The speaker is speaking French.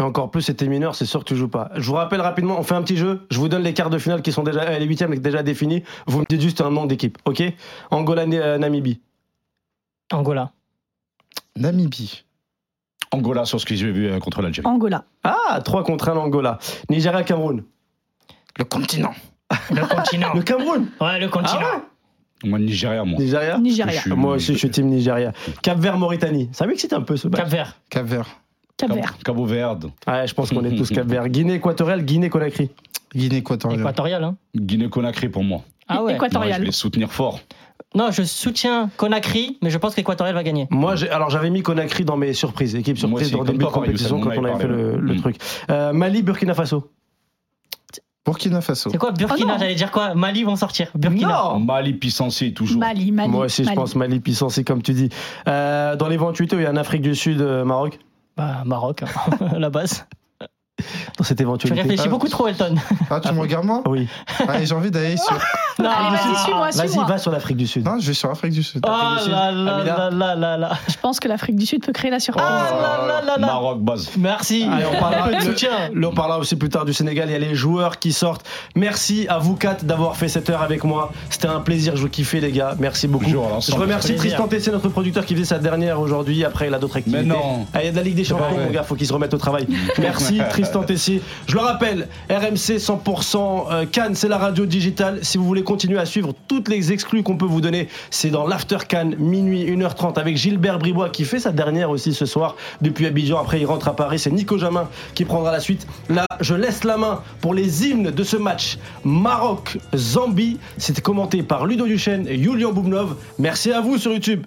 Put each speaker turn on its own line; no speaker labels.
Encore plus, c'était mineur, c'est sûr que tu joues pas. Je vous rappelle rapidement, on fait un petit jeu. Je vous donne les quarts de finale qui sont déjà, euh, les huitièmes déjà définis. Vous me dites juste un nom d'équipe, ok Angola, Né- euh, Namibie.
Angola.
Namibie.
Angola sur ce que j'ai vu euh, contre l'Algérie.
Angola.
Ah, 3 contre 1 Angola. Nigeria, Cameroun.
Le continent.
Le continent.
Le Cameroun
Ouais, le continent.
Ah
Moi, Nigeria, moi.
Nigeria
Nigeria.
Je suis-
Moi aussi, je Ah, suis team Nigeria. Cap Vert, Mauritanie. Ça m'excite un peu ce match.
Cap Vert.
Cap Vert.
Cap Vert.
Cabo, Cabo Verde,
Ouais, je pense qu'on est tous Cap Vert. Guinée équatoriale, Guinée Conakry.
Guinée équatoriale.
Équatorial, hein.
Guinée-Conakry pour moi.
Ah ouais.
Non, je vais
Équatorial.
les soutenir fort.
Non, je soutiens Conakry, mais je pense qu'Équatorial va gagner.
Moi, j'ai- alors j'avais mis Conakry dans mes surprises, équipe
Moi
surprise
aussi,
dans le
comme
début de
toi, pareil,
compétition
Youssef,
quand
on
on
en
avait
avait
fait le,
parlé,
le
ouais.
truc. Euh, Mali, Burkina Faso.
Burkina Faso.
C'est quoi
Oh
Burkina
non.
J'allais dire quoi Mali vont sortir. Burkina.
Non
Mali, Pissensi, toujours.
Mali, Mali.
Moi aussi, je
Mali.
pense Mali, c'est comme tu dis. Euh, dans l'éventualité où il y a un Afrique du Sud, euh, Maroc,
Bah, Maroc, hein, à la base.
dans cette
Tu
éventualité.
réfléchis beaucoup trop, Elton.
Ah, tu me regardes moi
Oui.
Allez, j'ai envie d'aller sur.
Non,
Allez, Ah, vas-y, suis-moi,
Vas-y,
suis-moi.
va sur l'afrique du Sud.
Non, je vais sur Afrique du Sud.
Oh
Afrique du Sud,
là là
Amina. Oh,
là là là là.
Je pense que l'Afrique du Sud peut créer la surprise.
Ah là là là là.
Maroc, base.
Merci.
Allez, on parlera
Un peu de
de-
soutien.
Là, on parlera aussi plus tard du Sénégal. Il y a les joueurs qui sortent. Merci à vous quatre d'avoir fait cette heure avec moi. C'était un plaisir. Je vous kiffais, les gars. Merci beaucoup.
Toujours à
Je
l'ensemble.
remercie
Plaisir.
Tristan Tessé, notre producteur, qui faisait sa dernière aujourd'hui. Après, il a d'autres activités.
Mais non.
Ah, il y a de la Ligue des Champions,
pas vrai.
mon gars. Faut qu'il se remette au travail. Merci, Tristan Tessier. Je le rappelle, RMC 100% euh, Cannes, c'est la radio digitale. Si vous voulez continuer à suivre toutes les exclus qu'on peut vous donner, c'est dans l'After Cannes, minuit 1h30, avec Gilbert Bribois, qui fait sa dernière aussi ce soir depuis Abidjan. Après, il rentre à Paris. C'est Nico Jamin qui prendra la suite. Là, je laisse la main pour les hymnes de ce match. Maroc, Zambie. C'était commenté par Ludo Duchesne et Julian Boumnov. Merci à vous sur YouTube.